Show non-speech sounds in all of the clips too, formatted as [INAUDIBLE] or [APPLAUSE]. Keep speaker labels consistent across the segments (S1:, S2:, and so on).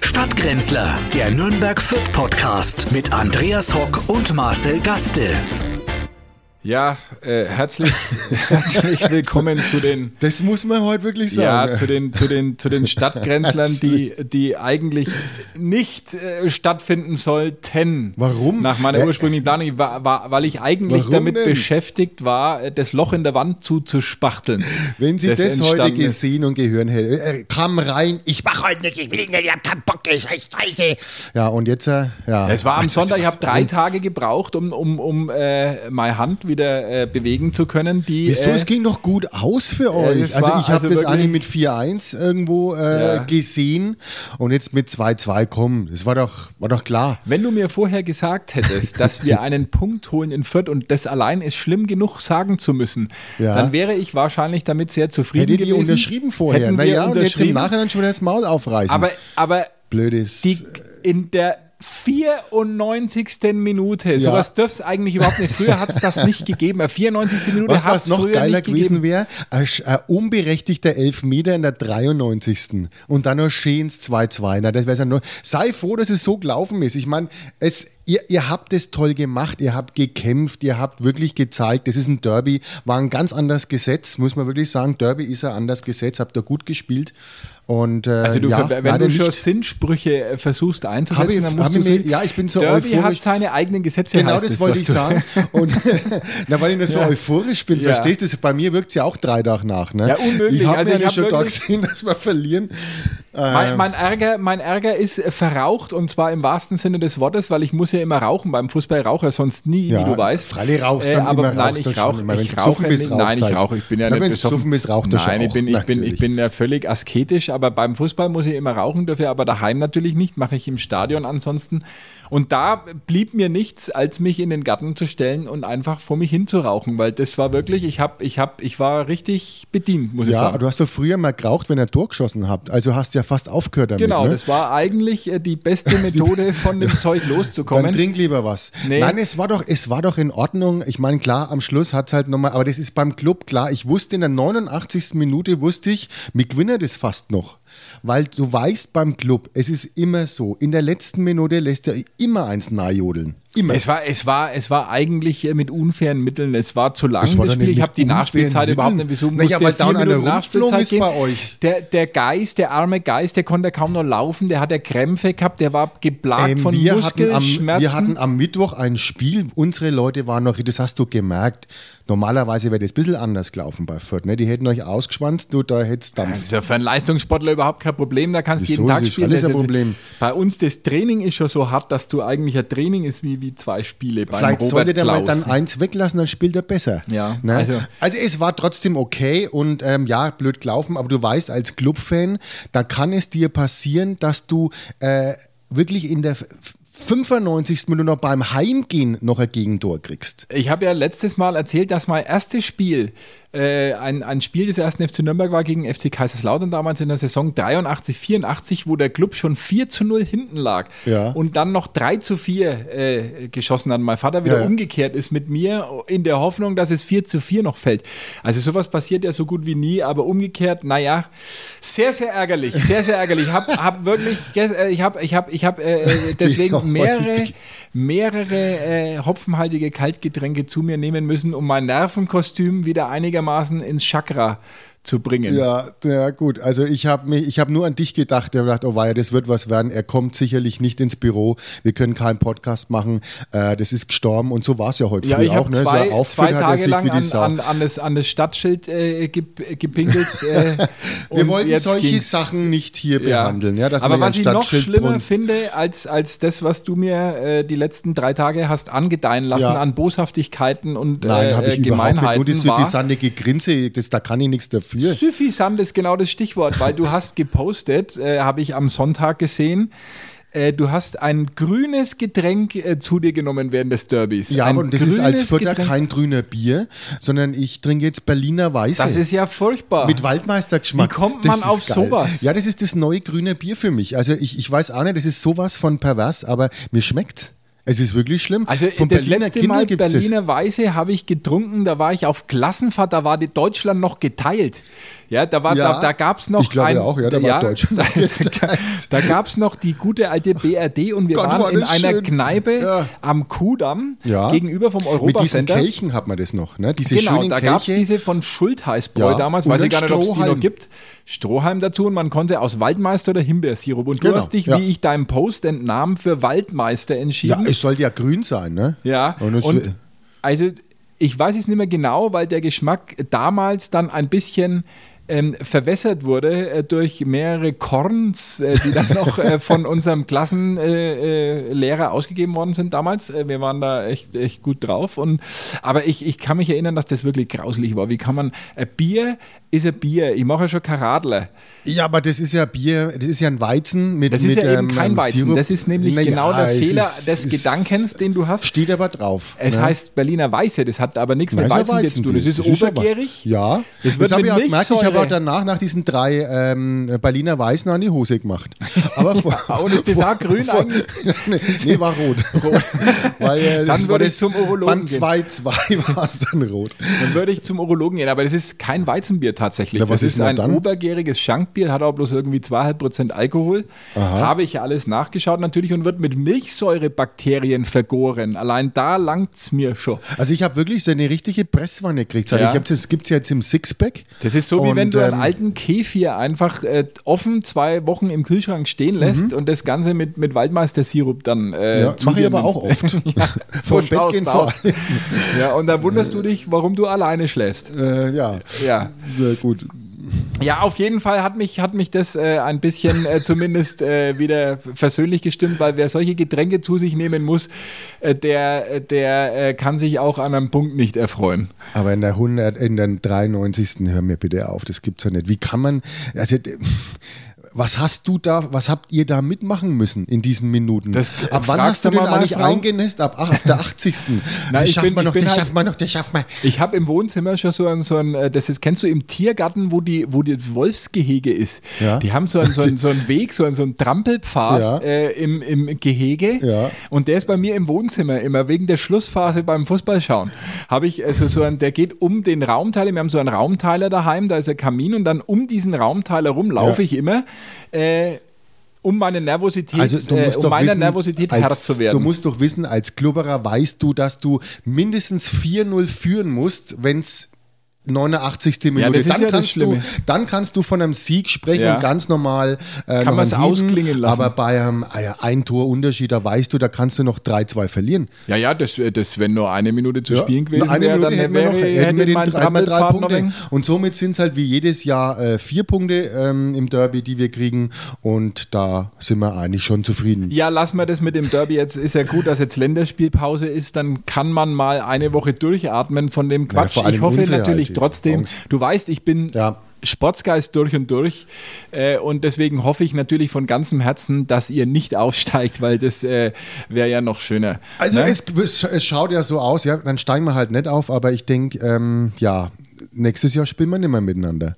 S1: Stadtgrenzler, der Nürnberg Fürth Podcast mit Andreas Hock und Marcel Gaste.
S2: Ja, äh, herzlich, [LAUGHS] herzlich willkommen zu den
S3: Das muss man heute wirklich sagen.
S2: ja, zu den, zu den, zu den Stadtgrenzlern, die, die eigentlich nicht äh, stattfinden sollten.
S3: Warum?
S2: Nach meiner
S3: Äh,
S2: ursprünglichen Planung, war, war, weil ich eigentlich
S3: Warum
S2: damit
S3: denn?
S2: beschäftigt war, äh, das Loch in der Wand zuzuspachteln.
S3: Wenn Sie das, heute
S2: entstanden ist.
S3: gesehen und gehört hätten, äh, kam rein, ich mach heute nichts, ich will nicht, ich hab keinen Bock, ich scheiß Scheiße. Ja, und jetzt, äh, ja.
S2: Es war am
S3: Ach,
S2: Sonntag, ich
S3: was-
S2: habe drei Tage gebraucht, um, um, um äh, meine Hand wieder äh, bewegen zu können. Die,
S3: Wieso?
S2: äh,
S3: es ging doch gut aus für euch.
S2: das
S3: also
S2: war
S3: ich habe
S2: also
S3: das
S2: wirklich-
S3: Anime mit 4-1 irgendwo äh,
S2: Ja.
S3: gesehen und jetzt mit 2-2 kommen. Das war doch, war doch klar.
S2: Wenn du mir vorher gesagt hättest, dass
S3: [LAUGHS]
S2: wir einen Punkt holen in Fürth und das allein ist schlimm genug sagen zu müssen,
S3: Ja.
S2: dann wäre ich wahrscheinlich damit sehr zufrieden
S3: Hättet ihr
S2: gewesen.
S3: unterschrieben vorher.
S2: Hätten wir
S3: Naja, und jetzt im
S2: unterschrieben.
S3: Nachhinein schon das Maul aufreißen.
S2: Aber, aber
S3: Blödes.
S2: die, in der 94. Minute, sowas dürfte es eigentlich überhaupt nicht. Früher hat es das nicht gegeben. Eine 94. Minute
S3: Was,
S2: hat's
S3: was noch
S2: früher
S3: geiler
S2: nicht gegeben.
S3: gewesen wäre, ein, sch- ein unberechtigter Elfmeter in der 93. Und dann noch Scheens 2-2. Na, das wär's ja nur. Sei froh, dass es so gelaufen ist. Ich meine, es, ihr, ihr habt es toll gemacht, ihr habt gekämpft, ihr habt wirklich gezeigt, das ist ein Derby, war ein ganz anderes Gesetz, muss man wirklich sagen. Derby ist ein anderes Gesetz, habt ihr gut gespielt. Und, äh,
S2: Also du,
S3: ja,
S2: wenn
S3: leider
S2: du schon
S3: nicht.
S2: Sinnsprüche äh, versuchst einzusetzen,
S3: Hab ich-
S2: dann musst
S3: hab
S2: du
S3: ich mir-
S2: sehen,
S3: ja, ich bin so
S2: Derby hat
S3: euphorisch.
S2: seine eigenen Gesetze.
S3: Genau
S2: heißt
S3: das
S2: es,
S3: wollte
S2: was
S3: ich
S2: du-
S3: sagen. Und [LAUGHS] na, weil ich nur so
S2: Ja.
S3: euphorisch bin,
S2: Ja.
S3: verstehst du? Bei mir wirkt es ja auch drei Tage nach. Ne?
S2: Ja, unmöglich.
S3: Ich habe
S2: Also
S3: mir
S2: ich
S3: ja
S2: hab
S3: schon da
S2: wirklich-
S3: gesehen, dass wir verlieren. Ähm.
S2: Mein, mein, Ärger, mein Ärger ist äh, verraucht und zwar im wahrsten Sinne des Wortes, weil ich muss ja immer rauchen. Beim Fußball rauche ich sonst nie, wie du weißt. Äh,
S3: Freilich rauchst dann
S2: aber
S3: immer,
S2: nein,
S3: rauchst dann
S2: ich
S3: schon
S2: rauche.
S3: immer. Wenn
S2: ich
S3: du besoffen
S2: rauche
S3: bist,
S2: nicht. Nein,
S3: rauchst
S2: ich
S3: halt.
S2: rauche. Ich bin ja
S3: Na,
S2: nicht
S3: wenn du
S2: besoffen.
S3: besoffen bist, raucht er schon
S2: Nein, ich
S3: auch,
S2: bin, ich, bin, ich
S3: natürlich.
S2: bin ja völlig asketisch, aber beim Fußball muss ich immer rauchen, dürfe aber daheim natürlich nicht, mache ich im Stadion ansonsten. Und da blieb mir nichts, als mich in den Garten zu stellen und einfach vor mich hin zu rauchen, weil das war wirklich, ich hab, ich hab, ich war richtig bedient, muss ich
S3: Ja,
S2: sagen.
S3: aber du hast doch früher mal geraucht, wenn ihr durchgeschossen habt. Also hast du ja fast aufgehört damit.
S2: Genau,
S3: ne?
S2: das war eigentlich äh, die beste
S3: [LAUGHS]
S2: Methode, von dem Zeug
S3: Dann
S2: loszukommen.
S3: trink lieber was.
S2: Nee.
S3: Nein, es war doch, es war doch in Ordnung. Ich meine, klar, am Schluss hat es halt nochmal, aber das ist beim Club klar. Ich wusste in der 89. Minute, wusste ich, mir gewinne das fast noch. Weil du weißt beim Club, es ist immer so. In der letzten Minute lässt er immer eins najodeln. Immer.
S2: es war, es war, es war eigentlich äh, mit unfairen Mitteln. Es war zu lang das,
S3: war doch
S2: Spiel.
S3: nicht
S2: Ich habe die
S3: mit
S2: Nachspielzeit
S3: unfairen
S2: überhaupt nicht besucht.
S3: Mitteln. Naja, weil dauernd einer rumgeflogen ist bei euch.
S2: Der, der Geist, der arme Geist, der konnte kaum noch laufen. Der hat ja Krämpfe gehabt. Der war geplagt
S3: Ähm,
S2: von
S3: wir, hatten am,
S2: Muskelschmerzen.
S3: wir hatten am Mittwoch ein Spiel, unsere Leute waren noch, das hast du gemerkt. Normalerweise wäre das ein bisschen anders gelaufen bei Fürth. Ne? Die hätten euch ausgeschwanzt, du, da hättest
S2: Das
S3: Dampf.
S2: ist ja für einen Leistungssportler überhaupt kein Problem, da kannst du
S3: Wieso?
S2: jeden Tag
S3: Das ist
S2: spielen.
S3: alles ein
S2: Also
S3: Problem.
S2: Bei uns das Training ist schon so hart, dass du eigentlich ein Training ist wie, wie zwei Spiele. beim
S3: Vielleicht
S2: Robert
S3: sollte der mal
S2: Klaus.
S3: dann eins weglassen, dann spielt er besser.
S2: Ja,
S3: ne?
S2: also-
S3: also, es war trotzdem okay und ähm, ja, blöd gelaufen, aber du weißt, als Clubfan, da kann es dir passieren, dass du äh, wirklich in der 95. Minute noch beim Heimgehen noch ein Gegentor kriegst.
S2: Ich habe ja letztes Mal erzählt, dass mein erstes Spiel, äh, ein, ein Spiel des ersten FC Nürnberg war gegen FC Kaiserslautern damals in der Saison 83, 84, wo der Club schon 4 zu 0 hinten lag
S3: Ja.
S2: und dann noch 3 zu 4 äh, geschossen hat. Mein Vater wieder
S3: Ja, ja.
S2: umgekehrt ist mit mir in der Hoffnung, dass es 4 zu 4 noch fällt. Also sowas passiert ja so gut wie nie, aber umgekehrt, naja, sehr, sehr ärgerlich, sehr, sehr ärgerlich. Ich habe hab wirklich, ges- äh, ich habe, ich habe, ich habe
S3: [LAUGHS]
S2: äh,
S3: Ja,
S2: deswegen mehrere
S3: richtig.
S2: mehrere äh, hopfenhaltige Kaltgetränke zu mir nehmen müssen, um mein Nervenkostüm wieder einigermaßen ins Chakra zu bringen.
S3: Ja, ja gut. Also ich habe mich, ich habe nur an dich gedacht. Ich habe gedacht, oh weia, das wird was werden. Er kommt sicherlich nicht ins Büro. Wir können keinen Podcast machen. Äh, das ist gestorben und so war es ja heute
S2: Ja,
S3: früh
S2: ich
S3: auch.
S2: habe
S3: Ne? So
S2: zwei,
S3: aufgeführt
S2: zwei
S3: hat er
S2: Tage
S3: sich
S2: lang
S3: wie die
S2: an,
S3: Sau.
S2: an, an, das, an das Stadtschild äh, gep- äh, gepinkelt. Äh,
S3: [LAUGHS] Wir
S2: und
S3: wollten
S2: jetzt
S3: solche
S2: ging's.
S3: Sachen nicht hier
S2: Ja.
S3: behandeln. Ja, dass
S2: Aber
S3: man ja
S2: was
S3: ein
S2: ich noch
S3: Stadtschild
S2: schlimmer
S3: brunst.
S2: finde, als, als das, was du mir äh, die letzten drei Tage hast angedeihen lassen
S3: Ja.
S2: an Boshaftigkeiten und
S3: Nein, habe
S2: äh,
S3: ich überhaupt nicht. Nur
S2: Gemeinheiten,
S3: das
S2: war,
S3: süffisante Gegrinse, das, da kann ich nichts dafür.
S2: Süffisant ist genau das Stichwort, weil du hast gepostet, äh, habe ich am Sonntag gesehen. äh, Du hast ein grünes Getränk äh, zu dir genommen während des Derbys.
S3: Ja,
S2: ein
S3: aber das ist
S2: grünes
S3: als Vierter
S2: Getränk.
S3: kein grüner Bier, sondern ich trinke jetzt Berliner Weiße.
S2: Das ist ja furchtbar.
S3: Mit Waldmeistergeschmack.
S2: Ah. Wie kommt
S3: Das
S2: man
S3: ist
S2: auf sowas?
S3: Ja, das ist das neue grüne Bier für mich. Also ich, ich weiß auch nicht, das ist sowas von pervers, aber mir schmeckt es. ist wirklich schlimm.
S2: also
S3: Vom
S2: das
S3: Berliner
S2: letzte
S3: Kindl
S2: Mal
S3: gibt's
S2: Berliner Weiße habe ich getrunken, da war ich auf Klassenfahrt, da war die Deutschland noch geteilt. Ja, da, war,
S3: Ja,
S2: da, da gab es noch.
S3: ich glaube
S2: ein,
S3: auch, ja, da war Deutschland
S2: [LAUGHS] Da, da, da gab es noch die gute alte BRD und wir
S3: Gott, war
S2: waren in
S3: das
S2: einer
S3: schön.
S2: Kneipe
S3: Ja.
S2: am Kudamm
S3: Ja.
S2: gegenüber vom
S3: Mit diesen
S2: Europacenter.
S3: Kelchen hat man das noch, ne? Diese
S2: Genau,
S3: schönen
S2: da gab es
S3: Kelche.
S2: diese von Schultheißbräu
S3: Ja,
S2: damals,
S3: und
S2: weiß ich
S3: einen
S2: gar nicht, ob es die noch
S3: Strohhalm.
S2: gibt. Strohhalm dazu und man konnte aus Waldmeister oder Himbeersirup. Und du
S3: Genau,
S2: hast dich,
S3: ja.
S2: wie ich deinem Post entnahm, für Waldmeister
S3: ja,
S2: entschieden.
S3: es sollte ja grün sein, ne?
S2: Ja,
S3: Und es,
S2: und also ich weiß es nicht mehr genau, weil der Geschmack damals dann ein bisschen ähm, verwässert wurde äh, durch mehrere Korns, äh, die
S3: [LAUGHS]
S2: dann noch äh, von unserem Klassenlehrer äh, äh, Lehrer ausgegeben worden sind damals. Äh, wir waren da echt, echt gut drauf. Und, aber ich, ich kann mich erinnern, dass das wirklich grauslich war. Wie kann man, ein Bier ist ein Bier. Ich mache ja schon Karadler.
S3: ja, aber das ist ja Bier, das ist ja ein Weizen mit
S2: Das
S3: mit
S2: ist ja
S3: ähm,
S2: eben kein
S3: ähm,
S2: Weizen.
S3: Sirup.
S2: Das ist nämlich
S3: Naja,
S2: genau der
S3: es
S2: Fehler
S3: ist-
S2: des
S3: es-
S2: Gedankens, den du hast.
S3: Steht aber drauf.
S2: Es
S3: ne?
S2: heißt Berliner Weiße, das hat aber nichts mit
S3: Weißer
S2: Weizenbier zu tun. Das ist
S3: aber-
S2: obergärig.
S3: Ja,
S2: Das
S3: das,
S2: wird
S3: habe
S2: mit
S3: ich auch gemerkt. Ich habe
S2: Milchsäure-
S3: auch danach nach diesen drei ähm, Berliner Weißen an die Hose gemacht. Aber vor,
S2: Ah, und ist das [LAUGHS] auch grün eigentlich?
S3: [LAUGHS] nee, nee, war rot. [LAUGHS] Weil, äh,
S2: Dann würde
S3: das war
S2: ich
S3: das-
S2: zum Urologen
S3: Beim
S2: gehen.
S3: 2-2 [LAUGHS] war es dann rot.
S2: Dann würde ich zum Urologen gehen, aber das ist kein Weizenbier tatsächlich.
S3: Na, was
S2: das
S3: ist
S2: ist
S3: denn
S2: ein
S3: dann?
S2: obergäriges Schankbier, hat auch bloß irgendwie 2,5% Alkohol. Habe ich ja alles nachgeschaut natürlich und wird mit Milchsäurebakterien vergoren. Allein da langt's mir schon.
S3: Also ich habe wirklich so eine richtige Presswanne gekriegt. Also
S2: Ja.
S3: Ich hab das gibt es jetzt im Sixpack.
S2: Das ist so, wie
S3: Und,
S2: wenn du einen
S3: ähm,
S2: alten Kefir einfach äh, offen zwei Wochen im Kühlschrank stehen lässt und das Ganze mit, mit Waldmeistersirup dann äh,
S3: Mhm. Ja,
S2: zu
S3: mache ich
S2: dir
S3: aber
S2: nimmst.
S3: auch
S2: [LAUGHS]
S3: oft.
S2: ja, so
S3: Vom Bett
S2: schaust
S3: gehen
S2: du
S3: vor
S2: aus. Ja, und dann wunderst du dich, warum du alleine schläfst.
S3: Äh, ja.
S2: Ja.
S3: ja, gut.
S2: Ja, auf jeden Fall hat mich, hat mich das äh, ein bisschen äh, zumindest äh, wieder versöhnlich gestimmt, weil wer solche Getränke zu sich nehmen muss, äh, der, äh, der äh, kann sich auch an einem Punkt nicht erfreuen.
S3: Aber in der 100, in der 93. hör mir bitte auf, das gibt's ja nicht. Wie kann man, also, d- was hast du da, was habt ihr da mitmachen müssen in diesen Minuten?
S2: Das, äh,
S3: ab wann
S2: fragst
S3: hast du
S2: du
S3: den
S2: mal meine
S3: eigentlich
S2: Frau?
S3: eingenässt? Ab, ach, ab der 80.
S2: [LAUGHS] Na,
S3: das
S2: ich
S3: schafft
S2: bin-
S3: man
S2: ich
S3: noch,
S2: bin
S3: das
S2: halt-
S3: schafft man noch, das schafft man.
S2: Ich habe im Wohnzimmer schon so ein, so ein äh, das ist, kennst du im Tiergarten, wo die, wo das Wolfsgehege ist?
S3: Ja.
S2: Die haben so einen so ein, so ein Weg, so einen so ein Trampelpfad
S3: Ja.
S2: äh, im, im Gehege.
S3: Ja.
S2: Und der ist bei mir im Wohnzimmer immer wegen der Schlussphase beim Fußballschauen. Habe ich also so ein, der geht um den Raumteiler. Wir haben so einen Raumteiler daheim, da ist ein Kamin und dann um diesen Raumteiler rum laufe
S3: Ja.
S2: ich immer. Äh, um meine Nervosität,
S3: Also du
S2: äh,
S3: musst
S2: um
S3: doch
S2: meiner
S3: wissen,
S2: Nervosität
S3: als,
S2: Herr zu werden.
S3: Du musst doch wissen, als Klubberer weißt du, dass du mindestens 4-0 führen musst, wenn's 89. Minute.
S2: das ist
S3: dann,
S2: ja das
S3: kannst du,
S2: Schlimme.
S3: dann kannst du von einem Sieg sprechen
S2: Ja.
S3: und ganz normal äh, noch
S2: man's
S3: einen Heben,
S2: ausklingen lassen.
S3: Aber bei einem äh, Ein-Tor-Unterschied, da weißt du, da kannst du noch 3-2 verlieren.
S2: Ja, ja, das, äh, das wenn nur eine Minute zu
S3: Ja,
S2: spielen gewesen
S3: eine
S2: wäre,
S3: Minute
S2: dann
S3: hätten wir
S2: wäre
S3: noch, hätten wir
S2: hätte
S3: den,
S2: mein
S3: hätten wir drei
S2: Trampelpfad noch
S3: Punkte.
S2: ein-
S3: Und somit sind es halt wie jedes Jahr äh, vier Punkte ähm, im Derby, die wir kriegen. Und da sind wir eigentlich schon zufrieden.
S2: Ja, lass mal das mit dem Derby. Jetzt ist ja gut, dass jetzt Länderspielpause ist. Dann kann man mal eine Woche durchatmen von dem Quatsch.
S3: vor allem
S2: ich hoffe
S3: unsere
S2: natürlich
S3: halt, die
S2: trotzdem.
S3: Jungs.
S2: Du weißt, ich bin
S3: Ja.
S2: Sportsgeist durch und durch. Äh, und deswegen hoffe ich natürlich von ganzem Herzen, dass ihr nicht aufsteigt, weil das äh, wäre ja noch schöner.
S3: Also
S2: Ne?
S3: es, es, es schaut ja so aus, ja, dann steigen wir halt nicht auf, aber ich denke, ähm, ja, nächstes Jahr spielen wir nicht mehr miteinander.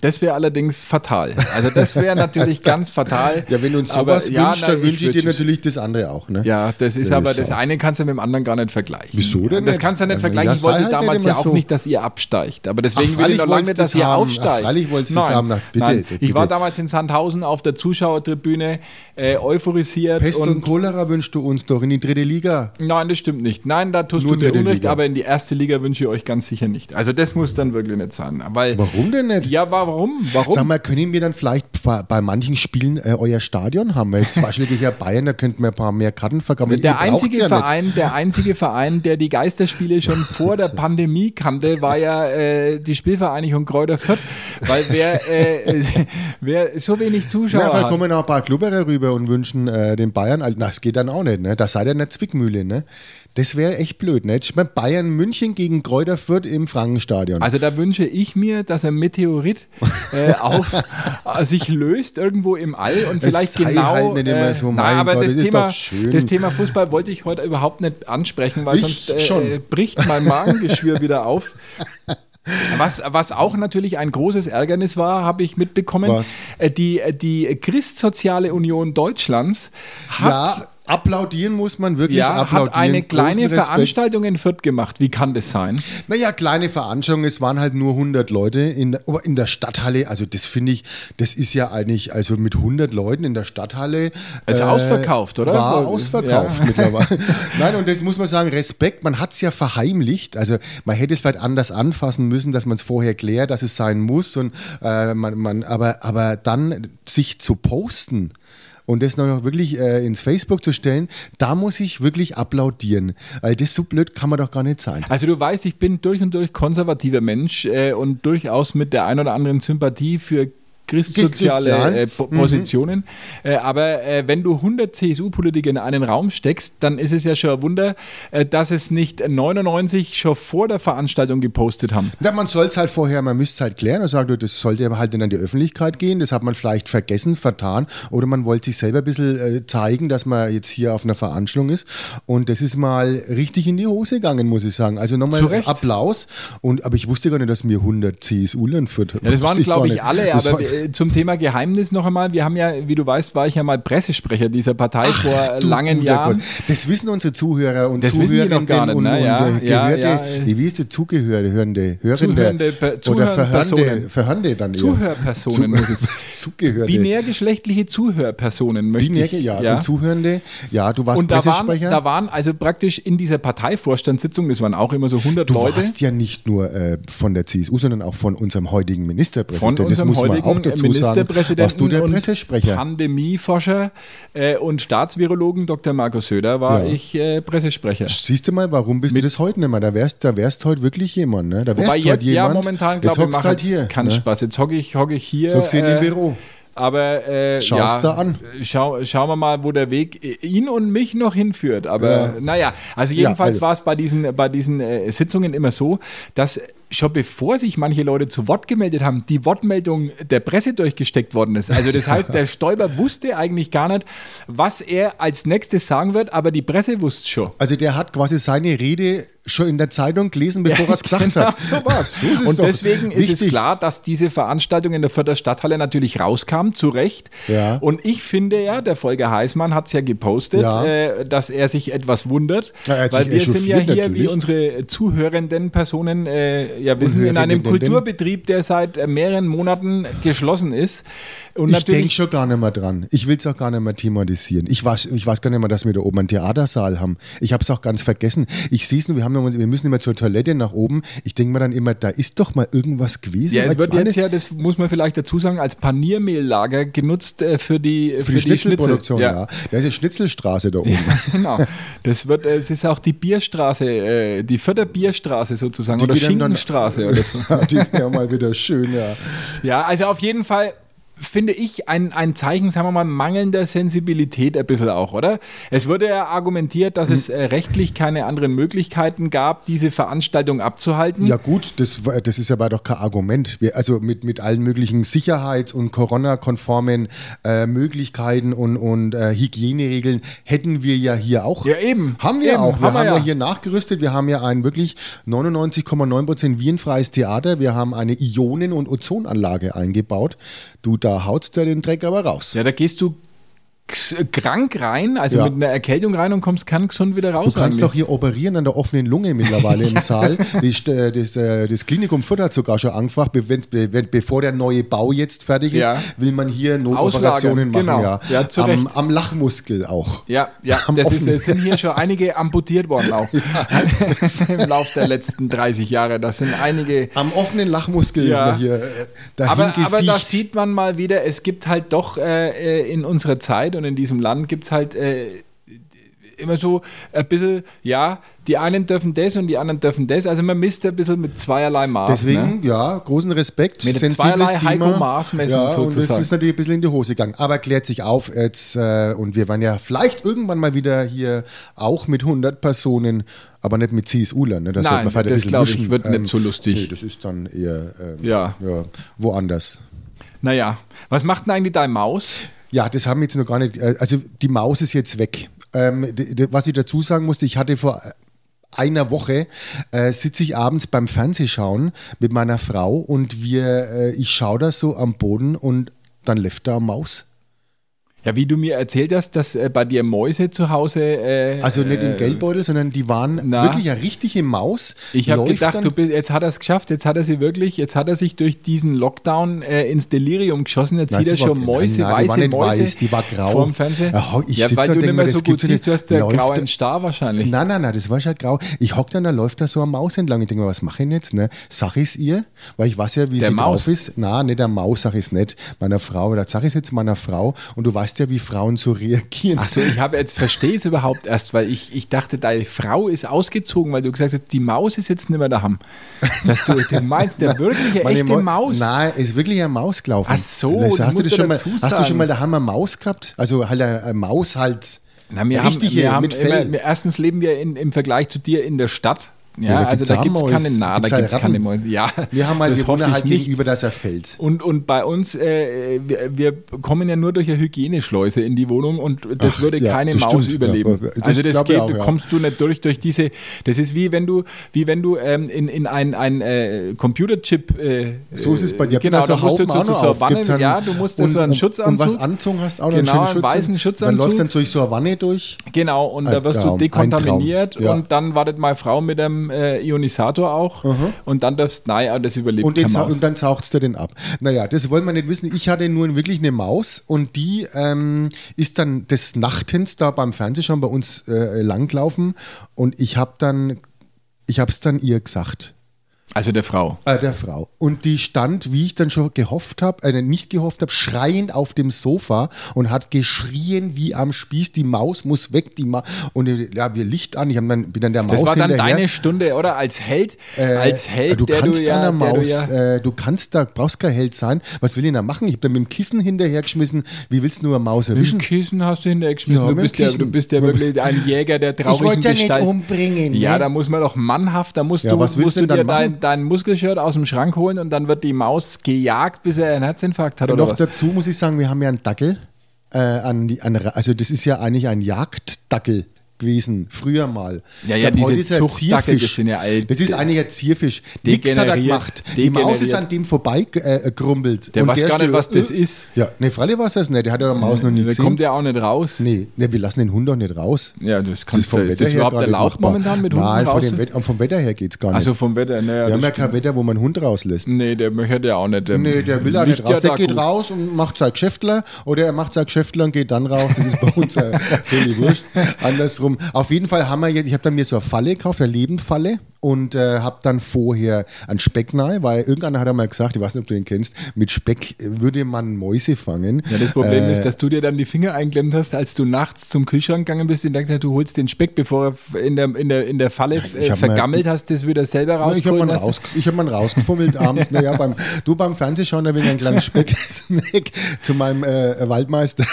S2: Das wäre allerdings fatal. Also das wäre
S3: [LAUGHS]
S2: natürlich ganz fatal.
S3: Ja, wenn du uns
S2: Aber
S3: sowas
S2: ja,
S3: wünschst,
S2: nein,
S3: dann wünsche ich
S2: würd
S3: dir natürlich das andere auch, ne?
S2: Ja, das ist
S3: Ja,
S2: aber,
S3: ist
S2: das
S3: auch-
S2: eine kannst du mit dem anderen gar nicht vergleichen.
S3: Wieso denn
S2: Das
S3: nicht?
S2: kannst du nicht
S3: Ja,
S2: vergleichen. Ich
S3: sei
S2: wollte
S3: halt
S2: damals
S3: nicht
S2: ja
S3: immer
S2: auch
S3: so.
S2: nicht, dass ihr absteigt. Aber deswegen
S3: Ach,
S2: will ich
S3: freilich
S2: noch lange nicht,
S3: wolltest
S2: dass
S3: du's
S2: ihr
S3: haben.
S2: aufsteigt.
S3: Ach, freilich wolltest du's
S2: Nein.
S3: haben. Na, bitte,
S2: Nein. Ich
S3: bitte.
S2: war damals in Sandhausen auf der Zuschauertribüne, äh, euphorisiert.
S3: Pest und,
S2: und
S3: Cholera wünschst du uns doch in die dritte Liga.
S2: Nein, das stimmt nicht. Nein, da tust
S3: Nur
S2: du mir
S3: dritte
S2: Unrecht,
S3: Liga.
S2: aber in die erste Liga wünsche ich euch ganz sicher nicht. Also das muss dann wirklich nicht sein. Weil,
S3: Warum denn nicht?
S2: Ja, warum? Warum?
S3: Sag mal, können wir dann vielleicht bei, bei manchen Spielen äh, euer Stadion haben? Weil
S2: [LAUGHS]
S3: jetzt zum Beispiel gegen Bayern, da könnten wir ein paar mehr Karten verkaufen. Ihr
S2: Der
S3: braucht's
S2: einzige,
S3: ja nicht.
S2: Verein, der einzige Verein, der die Geisterspiele
S3: [LAUGHS]
S2: schon vor der Pandemie kannte, war ja äh, die Spielvereinigung Kräuter Fürth, weil wer, äh, [LAUGHS] äh, wer so wenig Zuschauer
S3: Na, vielleicht
S2: hat.
S3: kommen auch ein paar Klubberer rüber und wünschen äh, den Bayern, alt- na, das geht dann auch nicht, ne? Da seid ihr eine Zwickmühle, ne? Das wäre echt blöd, ne? Jetzt spielen wir Bayern München gegen Kräuter Fürth im Frankenstadion.
S2: Also da wünsche ich mir, dass ein Meteorit
S3: [LAUGHS]
S2: äh, auf, äh, sich löst irgendwo im All und
S3: Es
S2: vielleicht
S3: sei
S2: genau.
S3: halt nicht immer so,
S2: na,
S3: mein
S2: aber
S3: Gott,
S2: das,
S3: das ist
S2: Thema,
S3: doch schön.
S2: das Thema Fußball wollte ich heute überhaupt nicht ansprechen, weil
S3: Ich
S2: sonst äh,
S3: schon.
S2: äh, bricht mein Magengeschwür wieder auf. Was, was auch natürlich ein großes Ärgernis war, habe ich mitbekommen.
S3: Was?
S2: Äh, Die, äh, die Christsoziale Union Deutschlands hat
S3: ja, Applaudieren muss man wirklich
S2: Ja,
S3: applaudieren.
S2: hat eine kleine
S3: Großen Respekt.
S2: Veranstaltung in Fürth gemacht. Wie kann das sein?
S3: Naja, kleine Veranstaltung, es waren halt nur 100 Leute in, der- aber in der Stadthalle. Also das finde ich, das ist ja eigentlich, also mit 100 Leuten in der Stadthalle. äh,
S2: Ist ausverkauft, oder?
S3: War
S2: Ja.
S3: ausverkauft
S2: [LAUGHS]
S3: mittlerweile. Nein, und das muss man sagen, Respekt, man hat es ja verheimlicht. Also man hätte es vielleicht anders anfassen müssen, dass man es vorher klärt, dass es sein muss. Und, äh, man, man, aber, aber dann sich zu posten. Und das noch wirklich äh, ins Facebook zu stellen, da muss ich wirklich applaudieren. Weil das so blöd kann man doch gar nicht sein.
S2: Also du weißt, ich bin durch und durch konservativer Mensch äh, und durchaus mit der ein oder anderen Sympathie für
S3: Christsozial.
S2: christsoziale äh,
S3: Mhm.
S2: Po- Positionen. Äh, aber äh, wenn du 100 CSU-Politiker in einen Raum steckst, dann ist es ja schon ein Wunder, äh, dass es nicht 99 schon vor der Veranstaltung gepostet haben.
S3: Ja, man soll es halt vorher, man müsste es halt klären und sagen, du, das sollte aber halt dann an die Öffentlichkeit gehen, das hat man vielleicht vergessen, vertan oder man wollte sich selber ein bisschen äh, zeigen, dass man jetzt hier auf einer Veranstaltung ist und das ist mal richtig in die Hose gegangen, muss ich sagen. Also
S2: Zu
S3: nochmal
S2: Recht.
S3: Applaus und aber ich wusste gar nicht, dass mir 100 CSU-Lern führt.
S2: Ja, das waren, glaube ich, alle. Aber äh, zum Thema Geheimnis noch einmal. Wir haben ja, wie du weißt, war ich ja mal Pressesprecher dieser Partei vor langen Jahren.
S3: Das wissen unsere Zuhörer und
S2: Das wissen die
S3: Zuhörerinnen
S2: noch gar nicht,
S3: und,
S2: ne?
S3: und
S2: Ja,
S3: äh,
S2: ja,
S3: Gehörte,
S2: ja.
S3: wie ist die Zugehörde, Hörende, Hörende
S2: Zuhörende Pe-
S3: oder
S2: Zuhörende
S3: Verhörende,
S2: Personen.
S3: Verhörende dann eher.
S2: Zuhörpersonen muss es-
S3: [LAUGHS] Zugehörde.
S2: Binärgeschlechtliche Zuhörpersonen möchte
S3: Binär,
S2: ich.
S3: ja, Und Zuhörende, ja, du warst
S2: Und da waren,
S3: Pressesprecher.
S2: da waren also praktisch in dieser Parteivorstandssitzung, das waren auch immer so 100
S3: du
S2: Leute.
S3: warst ja nicht nur äh, von der CSU, sondern auch von unserem heutigen
S2: Von
S3: Ministerpräsidenten. also, das
S2: unserem
S3: muss man
S2: heutigen
S3: auch dazu sagen.
S2: Ministerpräsidenten
S3: Warst du der
S2: und
S3: Pressesprecher?
S2: Pandemieforscher äh, und Staatsvirologen Dr. Markus Söder war
S3: Ja.
S2: ich äh, Pressesprecher.
S3: Siehst du mal, warum bist du das heute nicht mehr? Da wärst, da wärst heute wirklich jemand, ne? Da wärst
S2: Wobei
S3: heute
S2: jetzt, ja,
S3: jemand.
S2: momentan
S3: jetzt
S2: glaube ich,
S3: hockst
S2: macht halt
S3: halt hier.
S2: keinen
S3: ne?
S2: Spaß. Jetzt hocke ich, hock ich hier. äh,
S3: Hockst in dem Büro.
S2: Aber äh,
S3: Schaust
S2: ja,
S3: da an.
S2: Schau, schauen wir mal, wo der Weg äh, ihn und mich noch hinführt. Aber
S3: Ja.
S2: naja, also jedenfalls
S3: also-
S2: war es bei diesen, bei diesen äh, Sitzungen immer so, dass schon bevor sich manche Leute zu Wort gemeldet haben, die Wortmeldung der Presse durchgesteckt worden ist. Also das
S3: [LAUGHS]
S2: heißt, der Stoiber wusste eigentlich gar nicht, was er als nächstes sagen wird, aber die Presse wusste schon.
S3: Also der hat quasi seine Rede schon in der Zeitung gelesen, bevor er es gesagt
S2: Genau [LAUGHS]
S3: hat.
S2: so war's.
S3: [LAUGHS] So ist es
S2: und
S3: doch.
S2: deswegen ist es
S3: Wichtig.
S2: klar, dass diese Veranstaltung in der Fürther Stadthalle natürlich rauskam, zu Recht.
S3: Ja.
S2: Und ich finde ja, der Volker Heißmann hat es ja gepostet,
S3: Ja.
S2: äh, dass er sich etwas wundert,
S3: Ja, er hat
S2: weil
S3: sich
S2: wir sind ja
S3: echauffiert
S2: hier, wie
S3: natürlich.
S2: unsere zuhörenden Personen äh, ja wissen, in einem
S3: Hörerinnen, denn-
S2: Kulturbetrieb, der seit äh, mehreren Monaten geschlossen ist. Und
S3: Ich denke
S2: natürlich
S3: schon gar nicht mehr dran. Ich will es auch gar nicht mehr thematisieren. Ich weiß, ich weiß gar nicht mehr, dass wir da oben einen Theatersaal haben. Ich habe es auch ganz vergessen. Ich sehe es nur, wir, haben noch, wir müssen immer zur Toilette nach oben. Ich denke mir dann immer, da ist doch mal irgendwas gewesen.
S2: Ja, es
S3: Weil
S2: wird
S3: halt alles-
S2: jetzt ja, das muss man vielleicht dazu sagen, als Paniermehllager genutzt äh, für die,
S3: für die Schnitzelproduktion,
S2: Schnitzel.
S3: ja. Da ist eine Schnitzelstraße da oben.
S2: [LAUGHS] genau. Das wird, äh, es ist auch die Bierstraße, äh, die vierte Bierstraße sozusagen oder
S3: geht einem dann-
S2: Schinkenstraße oder
S3: [LAUGHS]
S2: so.
S3: Die wäre mal wieder schön, ja.
S2: Ja, also auf jeden Fall finde ich ein, ein Zeichen, sagen wir mal, mangelnder Sensibilität ein bisschen auch, oder? Es wurde ja argumentiert, dass
S3: Hm.
S2: es äh, rechtlich keine anderen Möglichkeiten gab, diese Veranstaltung abzuhalten.
S3: Ja gut, das, war- das ist aber doch kein Argument. Wir, also mit, mit allen möglichen Sicherheits- und Corona-konformen äh, Möglichkeiten und, und äh, Hygieneregeln hätten wir ja hier auch.
S2: Ja, eben.
S3: Haben wir
S2: Eben,
S3: auch. Wir
S2: haben
S3: haben,
S2: wir
S3: ja.
S2: ja.
S3: hier nachgerüstet. Wir haben ja ein wirklich 99,9% virenfreies Theater. Wir haben eine Ionen- und Ozonanlage eingebaut. Du, da hautst du den Dreck aber raus.
S2: Ja, da gehst du x- krank rein, also
S3: Ja.
S2: mit einer Erkältung rein und kommst kerngesund wieder raus.
S3: Du kannst
S2: eigentlich.
S3: doch hier operieren an der offenen Lunge mittlerweile
S2: [LAUGHS]
S3: im Saal. Die St- äh, Das, äh, das Klinikum Fürth hat sogar schon angefangen, be- wenn- be- wenn- bevor der neue Bau jetzt fertig ist,
S2: Ja.
S3: will man hier Notoperationen
S2: Auslagern, genau.
S3: machen. Ja.
S2: Ja, zu
S3: am,
S2: Recht.
S3: am Lachmuskel auch.
S2: Ja, ja,
S3: [LAUGHS] Am
S2: das ist,
S3: offenen-
S2: es sind hier schon einige amputiert worden
S3: [LAUGHS]
S2: auch [LAUGHS] im Laufe der letzten 30 Jahre. Das sind einige.
S3: am offenen Lachmuskel
S2: Ja.
S3: ist man hier äh, dahin
S2: Aber, aber da
S3: gesiecht.
S2: sieht man mal wieder, es gibt halt doch äh, äh, in unserer Zeit und in diesem Land gibt es halt äh, immer so ein bisschen, ja, die einen dürfen das und die anderen dürfen das. Also man misst ein bisschen mit zweierlei Maß. ne?
S3: Deswegen, ja, großen Respekt.
S2: Mit
S3: sensibles
S2: zweierlei Heiko Maas messen,
S3: ja, und es
S2: sozusagen.
S3: ist natürlich ein bisschen in die Hose gegangen. Aber klärt sich auf jetzt. Äh, und wir waren ja vielleicht irgendwann mal wieder hier auch mit 100 Personen, aber nicht mit CSU-Lern. Ne? Da
S2: Nein,
S3: sollte man vielleicht ein
S2: das
S3: bisschen
S2: glaub ich,
S3: mischen.
S2: wird nicht so lustig.
S3: Nee, das ist dann eher ähm,
S2: Ja.
S3: Ja, woanders.
S2: Naja, was macht denn eigentlich deine Maus?
S3: Ja, das haben wir jetzt noch gar nicht. äh, Also die Maus ist jetzt weg. Ähm, d- d- was ich dazu sagen musste, ich hatte vor äh, einer Woche äh, sitze ich abends beim Fernsehschauen mit meiner Frau und wir, äh, ich schaue da so am Boden und dann läuft da eine Maus.
S2: Ja, wie du mir erzählt hast, dass äh, bei dir Mäuse zu Hause. Äh,
S3: Also nicht im Geldbeutel, sondern die waren
S2: na.
S3: wirklich eine richtige Maus.
S2: Ich habe
S3: Läuft
S2: gedacht,
S3: dann-
S2: du bist, jetzt hat er es geschafft, jetzt hat er sie wirklich, jetzt hat er sich durch diesen Lockdown äh, ins Delirium geschossen, jetzt
S3: Nein,
S2: sieht er
S3: sie war-
S2: schon Mäuse,
S3: nein, nein, die war
S2: weiße
S3: nicht
S2: Mäuse
S3: weiß, die war grau.
S2: vorm Fernseher.
S3: Ja, ho- ich
S2: ja,
S3: sitz
S2: weil
S3: da und
S2: du
S3: denk
S2: nicht
S3: mir,
S2: mehr
S3: das
S2: so gut
S3: gibt's ja
S2: siehst,
S3: nicht.
S2: du hast den
S3: Läuft-
S2: grauen Star wahrscheinlich.
S3: Nein, nein, nein, das war schon grau. Ich hock dann, da läuft da so eine Maus entlang. Ich denke mir, was mache ich denn jetzt? Ne? Sag ich's ihr? Weil ich weiß ja, wie
S2: Der
S3: sie
S2: Maus?
S3: drauf ist. Na, nicht der Maus, sag ich's nicht. Meiner Frau. Oder sag ich's jetzt meiner Frau. Und du weißt ja, wie Frauen so reagieren.
S2: Ach so, ich habe jetzt verstehe es überhaupt erst, weil ich, ich dachte, deine Frau ist ausgezogen, weil du gesagt hast, die Maus ist jetzt nicht mehr daheim. Dass du, du meinst, der wirkliche
S3: Meine
S2: echte
S3: Mau-
S2: Maus.
S3: Nein, ist wirklich eine Maus gelaufen.
S2: Ach so,
S3: Also,
S2: du
S3: hast, du
S2: musst
S3: das
S2: ja
S3: schon mal,
S2: dazu
S3: hast du
S2: sagen.
S3: schon mal daheim eine Maus gehabt? Also halt eine, eine Maus halt.
S2: Na, wir haben,
S3: richtige,
S2: wir haben
S3: äh, mit
S2: immer,
S3: Fell.
S2: wir, erstens leben wir in, im Vergleich zu dir in der Stadt. Ja,
S3: da
S2: also
S3: gibt's
S2: da
S3: auch
S2: gibt es
S3: Mäuse.
S2: keine Na,
S3: Gibt's
S2: da
S3: halt
S2: gibt es keine
S3: Ratten.
S2: Mäuse. Ja,
S3: wir haben halt die
S2: das hoffe ich
S3: Gewohnheit
S2: nicht.
S3: gegenüber, dass er fällt.
S2: Und, und bei uns, äh, wir, wir kommen ja nur durch eine Hygieneschleuse in die Wohnung und das
S3: Ach,
S2: würde
S3: ja,
S2: keine
S3: das
S2: Maus
S3: stimmt.
S2: überleben.
S3: Ja, das
S2: also das
S3: glaub ich
S2: geht,
S3: auch,
S2: du
S3: ja.
S2: kommst du nicht durch durch diese. Das ist wie wenn du, wie wenn du ähm, in, in ein, ein äh, Computerchip. Äh,
S3: So ist es bei dir.
S2: Genau, da musst du
S3: Haufen
S2: zu,
S3: auch
S2: zu
S3: noch
S2: so einer
S3: auf.
S2: Wanne,
S3: Gibt's dann-
S2: ja, du musst da
S3: und-
S2: so einen
S3: und-
S2: Schutzanzug.
S3: Und was anzogen hast, auch noch
S2: Genau,
S3: einen
S2: einen
S3: schönen
S2: weißen
S3: Dann
S2: Schutzanzug.
S3: läufst du dann durch so eine Wanne durch.
S2: Genau, und da
S3: Ein
S2: wirst
S3: Traum,
S2: du
S3: ein
S2: dekontaminiert
S3: Traum, ja.
S2: und dann wartet meine Frau mit dem äh, Ionisator auch und dann darfst nein, aber das überlebt
S3: Mhm. Und,
S2: keine
S3: den, sau-
S2: Maus.
S3: und dann saugt er den ab. Naja, das wollen wir nicht wissen. Ich hatte nur wirklich eine Maus und die ähm, ist dann des Nachtens da beim Fernsehen schon bei uns äh, langgelaufen und ich habe dann, ich habe es dann ihr gesagt.
S2: Also der Frau.
S3: Äh, der Frau. Und die stand, wie ich dann schon gehofft habe, äh, nicht gehofft habe, schreiend auf dem Sofa und hat geschrien wie am Spieß, die Maus muss weg, die Maus. Und äh, ja, wir Licht an, ich hab dann, bin dann der Maus
S2: Das war dann
S3: hinterher.
S2: deine Stunde, oder? Als Held, als
S3: Äh,
S2: Held,
S3: du
S2: der
S3: kannst
S2: du ja,
S3: deiner Maus,
S2: Der du ja,
S3: äh, du kannst da, brauchst kein Held sein. Was will ich da machen? Ich hab da mit dem Kissen hinterhergeschmissen. Wie willst du nur eine Maus
S2: mit dem
S3: erwischen?
S2: Kissen hast du hinterhergeschmissen.
S3: Ja,
S2: du,
S3: mit dem
S2: bist ja, du
S3: Kissen.
S2: bist ja wirklich ein Jäger der traurigen
S3: wollt's ja nicht
S2: Gestalt.
S3: umbringen,
S2: Ja,
S3: ne?
S2: da muss man doch mannhaft, da musst
S3: Ja,
S2: du,
S3: was willst
S2: musst
S3: du
S2: du
S3: denn
S2: dir
S3: dann
S2: dein,
S3: machen?
S2: dein Muskelshirt aus dem Schrank holen und dann wird die Maus gejagt, bis er einen Herzinfarkt hat. Oder
S3: Noch
S2: was?
S3: dazu muss ich sagen, wir haben ja einen Dackel. Äh, an die, an, Ra- also das ist ja eigentlich ein Jagddackel gewesen, früher mal.
S2: Ja,
S3: Ich
S2: ja,
S3: glaub,
S2: diese
S3: heute ist er ein
S2: Zuchtdackel, das sind ja all-
S3: Das ist eigentlich ein Zierfisch. Nix hat er
S2: Degeneriert,
S3: gemacht. Die Maus ist
S2: degeneriert.
S3: an dem vorbei äh, gerumbelt.
S2: Der weiß gar nicht,
S3: steht,
S2: was das ist.
S3: Ja, ne, Freilich weiß er es nicht. Der hat ja der Maus noch nie
S2: da
S3: gesehen.
S2: kommt er auch nicht raus.
S3: nee, nee, wir lassen den Hund doch nicht raus.
S2: Ja, das
S3: Das ist
S2: kannst du.
S3: vom
S2: Ist
S3: Wetter
S2: das
S3: her
S2: überhaupt
S3: gar nicht
S2: erlaubt
S3: machbar.
S2: momentan mit Hunden
S3: Nein, von
S2: raus?
S3: dem Wetter, vom Wetter her geht es gar nicht.
S2: also vom Wetter, naja.
S3: wir haben
S2: das
S3: ja kein Wetter, wo man einen Hund rauslässt.
S2: stimmt. nee, der möchte ja auch nicht.
S3: Nee, der will auch nicht raus. Der geht raus und macht sein Geschäftler oder er macht sein Geschäftler und geht dann raus. Das ist bei uns
S2: [LAUGHS]
S3: äh, völlig wurscht. Andersrum. Auf jeden Fall haben wir jetzt, ich habe dann mir so eine Falle gekauft, eine Lebenfalle und äh, habe dann vorher einen Speck nahe, weil irgendeiner hat einmal gesagt, ich weiß nicht, ob du ihn kennst, mit Speck äh, würde man Mäuse fangen.
S2: Ja, das Problem
S3: Äh.
S2: ist, dass du dir dann die Finger eingeklemmt hast, als du nachts zum Kühlschrank gegangen bist und denkst, du holst den Speck, bevor er in der, in der, in der Falle
S3: ich
S2: äh,
S3: hab mal-
S2: vergammelt hast, das wieder selber
S3: Ja, Ich habe
S2: rausgeholt
S3: mal,
S2: hast.
S3: raus, ich hab mal rausgefummelt abends. Naja, beim, du beim Fernsehschauen, da will ich einen
S2: [LAUGHS]
S3: kleinen Specksnack zu meinem äh, Waldmeister.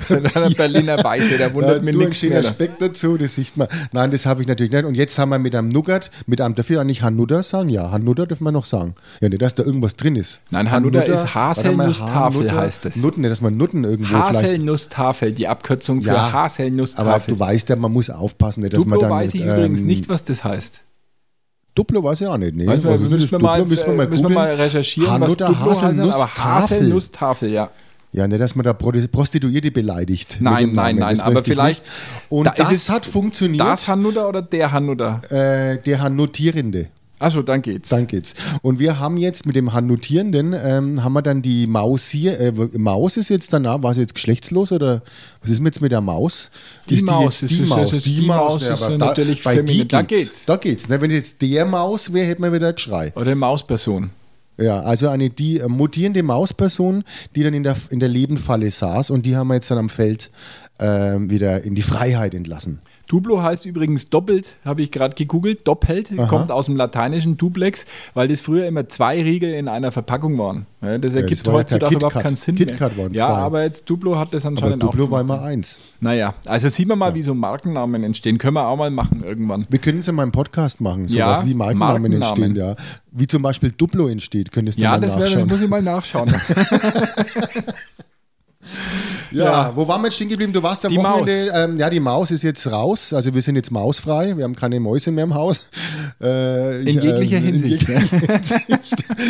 S2: Zu einer Berliner Weiße, da wundert
S3: Äh,
S2: mich
S3: du
S2: nichts
S3: entstehen
S2: mehr.
S3: der Speck dazu, das sieht man. Nein, das habe ich natürlich nicht. Und jetzt haben wir mit einem Nougat, mit einem, dafür eigentlich Hanuta sagen? Ja, Hanuta dürfen wir noch sagen. Ja, nicht, dass da irgendwas drin ist.
S2: Nein, Hanuta ist
S3: warte mal,
S2: Haselnusstafel
S3: Hanuta,
S2: heißt es.
S3: Nutten, nicht, dass man Nutten irgendwo vielleicht.
S2: Haselnusstafel, die Abkürzung für Haselnusstafel.
S3: aber du weißt ja, man muss aufpassen, nicht, dass man
S2: Duplo
S3: dann.
S2: weiß ich
S3: ähm,
S2: übrigens nicht, was das heißt.
S3: Duplo weiß ich auch nicht. Nee.
S2: Weiß man,
S3: Was ist denn das
S2: müssen, wir mal, äh,
S3: Duplo? Müssen wir mal
S2: müssen wir mal
S3: googeln.
S2: recherchieren,
S3: Hanuta
S2: was Duplo heißt, aber
S3: Haselnusstafel.
S2: Haselnusstafel, ja.
S3: Ja, nicht, dass man da Pro- Prostituierte beleidigt. mit
S2: Nein,
S3: dem
S2: nein,
S3: Namen.
S2: nein,
S3: Das
S2: aber
S3: möchte ich
S2: vielleicht-
S3: nicht. Und
S2: da
S3: das
S2: ist es-
S3: hat funktioniert.
S2: Das Hanuta oder der Hanuta?
S3: äh, der Hannotierende.
S2: Achso, dann geht's.
S3: Dann geht's. Und wir haben jetzt mit dem Hannotierenden, ähm, haben wir dann die Maus hier. Äh, Maus ist jetzt danach, war sie jetzt geschlechtslos oder was ist denn jetzt mit der Maus?
S2: Die
S3: ist
S2: Maus
S3: jetzt,
S2: ist-
S3: die
S2: ist-
S3: Maus,
S2: ist-
S3: die
S2: die
S3: Maus,
S2: Maus
S3: Ja,
S2: ist
S3: aber
S2: ja
S3: da,
S2: natürlich
S3: bei die
S2: feminin.
S3: geht's. Da
S2: Da
S3: geht's.
S2: geht's.
S3: Ne? Wenn jetzt der Maus wäre, hätten wir wieder einen Geschrei.
S2: Oder Mausperson.
S3: Ja, also eine die äh, mutierende Mausperson, die dann in der, in der Lebenfalle saß und die haben wir jetzt dann am Feld ähm, wieder in die Freiheit entlassen.
S2: Duplo heißt übrigens doppelt, habe ich gerade gegoogelt. Doppelt kommt aus dem lateinischen Duplex, weil das früher immer zwei Riegel in einer Verpackung waren. Ja, das ergibt
S3: war ja kein
S2: heutzutage
S3: Kit
S2: überhaupt
S3: Kat.
S2: keinen Sinn
S3: Kit
S2: mehr.
S3: Kat waren
S2: ja,
S3: zwei.
S2: aber jetzt Duplo hat das
S3: Aber
S2: anscheinend
S3: Duplo
S2: auch.
S3: war
S2: gemacht.
S3: immer eins.
S2: Naja, also sieht man mal, wie so Markennamen entstehen. Können wir auch mal machen irgendwann.
S3: Wir können es in meinem Podcast machen, sowas
S2: Ja,
S3: wie Markennamen,
S2: Markennamen.
S3: entstehen, ja. Wie zum Beispiel Duplo entsteht, könntest du
S2: Ja,
S3: mal [LAUGHS]
S2: das, wär,
S3: nachschauen.
S2: muss ich mal nachschauen.
S3: Ja, wo waren wir jetzt stehen geblieben? Du warst am
S2: Die
S3: Wochenende. Ähm, ja, die Maus ist jetzt raus. Also wir sind jetzt mausfrei. Wir haben keine Mäuse mehr im Haus. Äh, ich,
S2: In jeglicher
S3: ähm,
S2: Hinsicht.
S3: jeg-
S2: ne?
S3: [LAUGHS]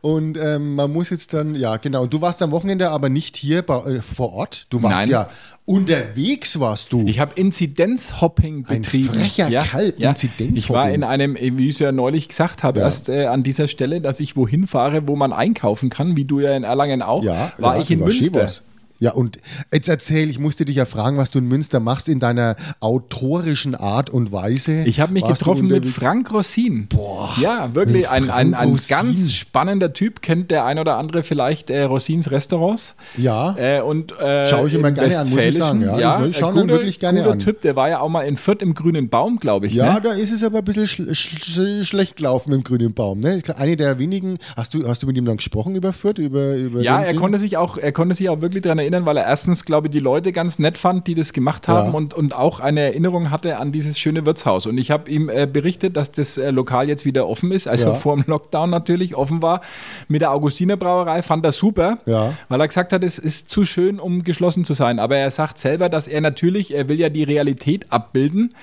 S3: und ähm, man muss jetzt dann, ja, genau. Und du warst am Wochenende aber nicht hier bei, äh, vor Ort. Du warst
S2: Nein.
S3: ja unterwegs, warst du.
S2: Ich habe Inzidenzhopping
S3: Ein
S2: betrieben.
S3: frecher
S2: ja,
S3: Kerl,
S2: ja.
S3: Inzidenzhopping.
S2: Ich war in einem, äh, wie ich es ja neulich gesagt habe,
S3: Ja.
S2: erst äh, an dieser Stelle, dass ich wohin fahre, wo man einkaufen kann, wie du ja in Erlangen auch,
S3: ja,
S2: war
S3: ja,
S2: ich in
S3: war schön
S2: Münster.
S3: was. Ja, und jetzt erzähl, ich musste dich ja fragen, was du in Münster machst in deiner autorischen Art und Weise.
S2: Ich habe mich
S3: Warst du
S2: getroffen mit
S3: unterwegs?
S2: Frank Rosin. Boah. Ja, wirklich
S3: mit
S2: ein, ein, ein
S3: Frank Rosin.
S2: ganz spannender Typ. Kennt der ein oder andere vielleicht äh, Rosins Restaurants?
S3: Ja.
S2: Äh, und, äh,
S3: Schau ich immer gerne an, muss ich
S2: Westfälischen.
S3: sagen, ja.
S2: Ja,
S3: Ich schau
S2: ein
S3: ihn
S2: guter,
S3: wirklich gerne
S2: guter
S3: an.
S2: Typ, der war ja auch mal in Fürth im Grünen Baum, glaube ich.
S3: Ja,
S2: ne?
S3: da ist es aber ein bisschen schl sch sch schlecht gelaufen mit dem grünen Baum. Ne? Ich glaub, Eine der wenigen, hast du, hast du mit ihm dann gesprochen über Fürth? Über, über
S2: Ja,
S3: den
S2: er
S3: Ding?
S2: konnte sich auch, er konnte sich auch wirklich daran erinnern, weil er erstens, glaube ich, die Leute ganz nett fand, die das gemacht haben
S3: Ja.
S2: und, und auch eine Erinnerung hatte an dieses schöne Wirtshaus. Und ich habe ihm äh, berichtet, dass das äh, Lokal jetzt wieder offen ist, also [LAUGHS]
S3: Ja.
S2: vor dem Lockdown natürlich offen war. Mit der Augustiner Brauerei fand er super,
S3: Ja.
S2: weil er gesagt hat, es ist zu schön, um geschlossen zu sein. Aber er sagt selber, dass er natürlich, er will ja die Realität abbilden.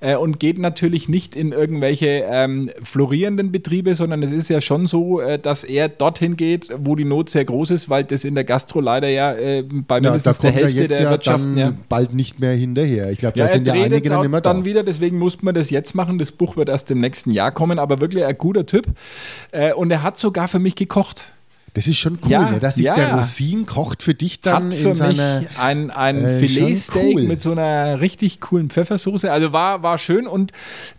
S2: äh, Und geht natürlich nicht in irgendwelche ähm, florierenden Betriebe, sondern es ist ja schon so, äh, dass er dorthin geht, wo die Not sehr groß ist, weil das in der Gastro leider ja äh, bei
S3: ja, da
S2: mindestens der
S3: kommt er
S2: Hälfte
S3: jetzt
S2: der
S3: ja
S2: Wirtschaften
S3: dann
S2: ja.
S3: bald nicht mehr hinterher. Ich glaube,
S2: Ja,
S3: da
S2: er
S3: sind ja
S2: dreht
S3: einige
S2: jetzt
S3: dann
S2: auch
S3: immer
S2: dann
S3: da.
S2: wieder, deswegen musste man das jetzt machen. Das Buch wird erst im nächsten Jahr kommen, aber wirklich ein guter Typ. Äh, und er hat sogar für mich gekocht.
S3: Das ist schon cool,
S2: Ja,
S3: ne? dass sich
S2: ja.
S3: der Rosin kocht für dich dann
S2: Hat für
S3: in seiner.
S2: mich ein, ein
S3: äh,
S2: Filetsteak
S3: schon cool.
S2: mit so einer richtig coolen Pfeffersoße. Also war, war schön und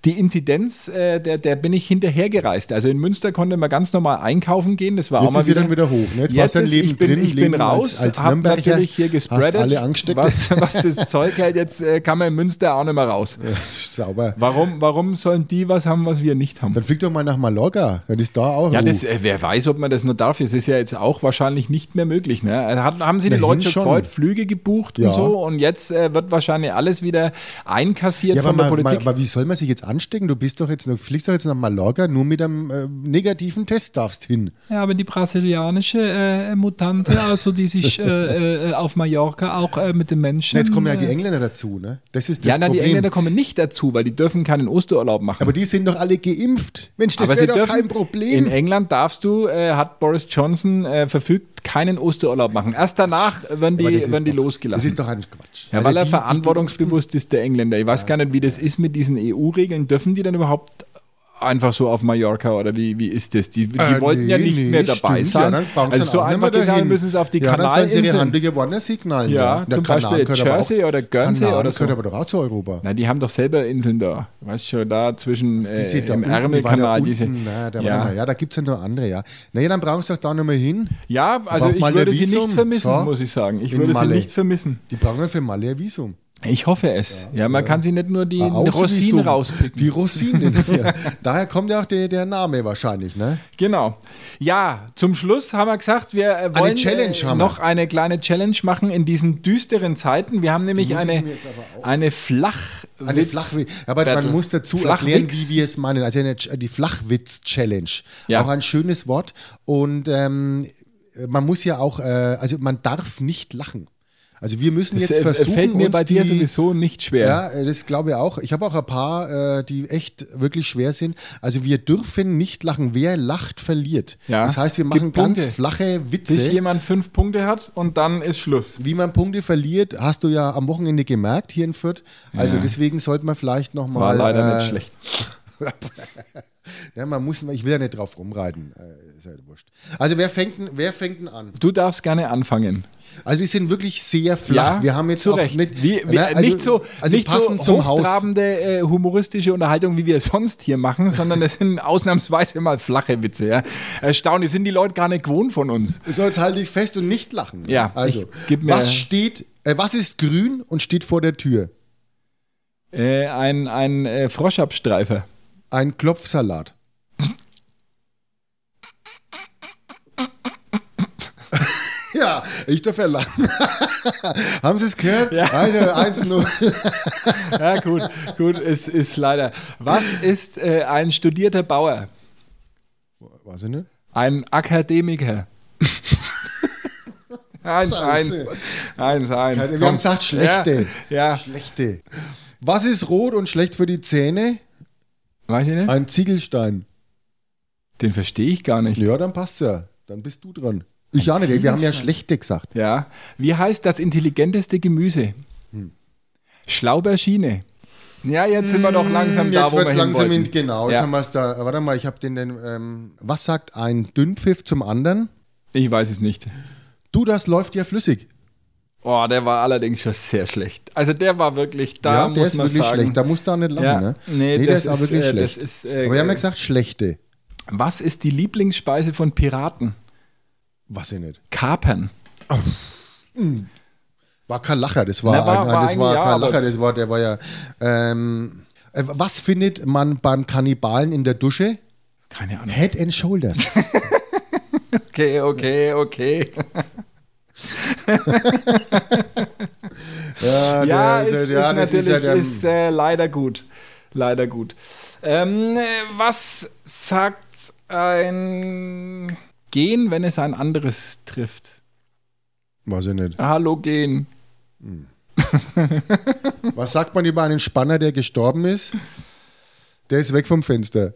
S2: die Inzidenz, äh, der, der bin ich hinterhergereist. Also in Münster konnte man ganz normal einkaufen gehen. Das war auch
S3: Jetzt
S2: mal
S3: ist sie dann wieder hoch. Ne? Jetzt, warst du
S2: ist-
S3: Leben
S2: ich bin,
S3: drin,
S2: ich bin
S3: Leben
S2: raus,
S3: als, als
S2: hab
S3: Nürnberger.
S2: natürlich hier gespreadet.
S3: Hast alle angesteckt.
S2: Was, was das Zeug hält, jetzt äh, kann man in Münster auch nicht mehr raus.
S3: Sauber.
S2: Warum, warum sollen die was haben, was wir nicht haben?
S3: Dann flieg doch mal nach Mallorca. Dann ist da auch.
S2: Ja,
S3: Ruhe.
S2: das, äh, wer weiß, ob man das nur darf. Es ist ja jetzt auch wahrscheinlich nicht mehr möglich. Ne? Hat, haben sie die
S3: Na,
S2: Leute
S3: hin
S2: schon
S3: schon.
S2: gefreut, Flüge gebucht
S3: Ja.
S2: und so und jetzt äh, wird wahrscheinlich alles wieder einkassiert
S3: Ja, aber,
S2: von der
S3: mal, mal,
S2: Politik.
S3: aber wie soll man sich jetzt anstecken? Du bist doch jetzt, du fliegst doch jetzt nach Mallorca, nur mit einem äh, negativen Test darfst hin.
S4: Ja, aber die brasilianische äh,
S3: [LAUGHS]
S4: Mutante, also die sich äh, äh, auf Mallorca auch äh, mit den Menschen.
S3: Na, jetzt kommen ja
S4: äh,
S3: die Engländer dazu, ne? Das ist das
S2: Hm. ja, nein, die
S3: Problem.
S2: Engländer kommen nicht dazu, weil die dürfen keinen Osterurlaub machen.
S3: aber die sind doch alle geimpft. Mensch, das
S2: Aber
S3: wäre
S2: sie
S3: doch
S2: dürfen-
S3: kein
S2: In
S3: Problem.
S2: England darfst du, äh, hat Boris Johnson äh, verfügt, keinen Osterurlaub machen. Erst danach äh, werden die,
S3: Aber das ist
S2: werden die
S3: doch-
S2: losgelassen.
S3: Das ist doch ein Quatsch.
S2: Ja,
S3: Also
S2: weil er
S3: die- die-
S2: verantwortungsbewusst ist, der Engländer. Ich weiß gar nicht, wie das ist mit diesen EU-Regeln. Dürfen die dann überhaupt einfach so auf Mallorca oder wie, wie ist das? Die, die
S3: Äh,
S2: wollten ja
S3: nee,
S2: nicht
S3: nee,
S2: mehr dabei
S3: stimmt. Ja,
S2: sein.
S3: dann bauen sie
S2: also
S3: dann
S2: so
S3: auch nicht
S2: einfach
S3: mehr
S2: gesagt,
S3: dahin.
S2: müssen es auf die
S3: ja, dann sollen sie ihre
S2: Kanalinseln.
S3: Handlücher woanders signalen.
S2: Ja,
S3: da.
S2: zum
S3: Kanaren
S2: Beispiel
S3: gehört aber
S2: Jersey
S3: auch-
S2: oder Guernsey
S3: Kanaren
S2: oder so.
S3: gehört aber doch auch zu Europa.
S2: Na, die haben doch selber Inseln da. Weißt schon, da zwischen
S3: Die
S2: äh,
S3: sind da
S2: im
S3: unten, die waren
S2: Ärmelkanal.
S3: da
S2: diese-
S3: unten. Na, da
S2: ja.
S3: ja. ja, da gibt es ja nur andere, ja. Naja, dann brauchen sie doch da nochmal hin.
S2: ja, also
S3: Braucht
S2: ich
S3: mal
S2: würde
S3: ein
S2: sie
S3: Visum,
S2: nicht vermissen,
S3: so.
S2: muss ich sagen. Ich
S3: In
S2: würde
S3: Malle.
S2: sie nicht vermissen.
S3: Die brauchen dann für Malle ein Visum.
S2: Ich hoffe es. Ja, man kann sich nicht nur die
S3: Ein Ausvisum.
S2: Rosinen rauspicken.
S3: Die Rosinen. [LAUGHS] ja. Daher kommt ja auch der, der Name wahrscheinlich, ne?
S2: Genau. Ja, zum Schluss haben wir gesagt, wir äh, wollen
S3: Challenge
S2: äh,
S3: haben wir.
S2: noch eine kleine Challenge machen in diesen düsteren Zeiten. Wir haben nämlich
S3: muss ich
S2: eine,
S3: mir jetzt aber auch-
S2: eine Flach
S3: Eine Flachwitz. Aber man muss dazu erklären, wie wir es meinen. Also eine, Ch- die Flachwitz-Challenge.
S2: Ja.
S3: Auch ein schönes Wort. Und ähm, man muss ja auch, äh, also man darf nicht lachen. Also wir müssen
S2: jetzt
S3: jetzt versuchen,
S2: äh, fällt mir
S3: uns
S2: bei dir
S3: die,
S2: sowieso nicht schwer.
S3: Ja, äh, das glaube ich auch. Ich habe auch ein paar, äh, die echt wirklich schwer sind. Also wir dürfen nicht lachen. Wer lacht, verliert.
S2: Ja.
S3: Das heißt, wir
S2: Gibt
S3: machen ganz
S2: Punkte.
S3: flache Witze.
S2: Bis jemand fünf Punkte hat und dann ist Schluss.
S3: Wie man Punkte verliert, hast du ja am Wochenende gemerkt hier in Fürth. Also deswegen sollte man vielleicht
S2: War
S3: nochmal.
S2: leider
S3: äh,
S2: nicht schlecht.
S3: Ja, man muss, ich will ja nicht drauf rumreiten. Äh, ist ja wurscht. Also wer fängt, denn- wer fängt denn an?
S2: Du darfst gerne anfangen.
S3: Also die sind wirklich sehr flach.
S2: Ja,
S3: wir haben jetzt
S2: zu
S3: auch
S2: Recht.
S3: nicht,
S2: wie, wie,
S3: Na, also-
S2: nicht so,
S3: also
S2: nicht
S3: passend
S2: so
S3: zum Haus.
S2: hochtrabende, äh, humoristische Unterhaltung, wie wir es sonst hier machen, sondern es sind ausnahmsweise mal flache Witze. Ja. Erstaunlich sind die Leute gar nicht gewohnt von uns.
S3: So, jetzt halte ich fest und nicht lachen.
S2: Ja,
S3: also
S2: ich geb mir-
S3: was steht, äh, was ist grün und steht vor der Tür?
S2: Äh, ein ein äh, Froschabstreifer.
S3: Ein Klopfsalat. [LAUGHS] ja, ich darf ja lachen. [LAUGHS] Haben Sie es gehört?
S2: Ja.
S3: Also 1-0.
S2: Ja, gut, gut, es ist leider. Was ist äh, ein studierter Bauer?
S3: Weiß ich nicht.
S2: [LAUGHS] Ein Akademiker. eins,
S3: Scheiße.
S2: eins. Eins, eins.
S3: Wir
S2: Komm.
S3: haben gesagt, schlechte.
S2: Ja, ja.
S3: Schlechte. Was ist rot und schlecht für die Zähne?
S2: Weiß ich nicht.
S3: Ein Ziegelstein.
S2: Den verstehe ich gar nicht.
S3: Ja, dann passt's ja. Dann bist du dran. Ich auch nicht. Wir haben ja schlechte gesagt.
S2: Ja. Wie heißt das intelligenteste Gemüse?
S3: Hm.
S2: Schlauberschiene. Ja, jetzt sind wir doch langsam da,
S3: Hm, Jetzt
S2: wo wir
S3: wird's
S2: hin
S3: langsam
S2: wollten.
S3: in, genau. Jetzt
S2: Ja.
S3: haben wir's da. Warte mal, ich habe den. den ähm, was sagt ein Dünnpfiff zum anderen?
S2: Ich weiß es nicht.
S3: Du, das läuft ja flüssig.
S2: Oh, der war allerdings schon sehr schlecht. Also der war wirklich, da
S3: ja, der
S2: muss
S3: ist
S2: man
S3: wirklich
S2: sagen.
S3: schlecht. Da musst du auch nicht lachen.
S2: Ja.
S3: Ne?
S2: Nee,
S3: der
S2: das
S3: ist auch
S2: ist,
S3: wirklich
S2: äh, das
S3: schlecht.
S2: ist, äh,
S3: Aber wir haben ja gesagt, schlechte.
S2: Was ist die Lieblingsspeise von Piraten?
S3: Was ich nicht.
S2: Kapern.
S3: War kein Lacher, das war,
S2: Na, war-
S3: ein,
S2: war
S3: das
S2: ein-
S3: war
S2: ja,
S3: kein
S2: aber-
S3: Lacher, das war, der war ja. Ähm, äh, was findet man beim Kannibalen in der Dusche?
S2: Keine Ahnung.
S3: Head and Shoulders.
S2: Okay, okay, okay.
S3: [LAUGHS] Ja,
S2: Ja,
S3: der-
S2: ist,
S3: der- ja,
S2: ist
S3: das halt
S2: natürlich
S3: ja der-
S2: ist, äh, leider gut. Leider gut. Ähm, äh, was sagt ein Gen, wenn es ein anderes trifft? Ah,
S3: Weiß ich nicht.
S2: Halogen.
S3: Was sagt man über einen Spanner, der gestorben ist? Der ist weg vom Fenster.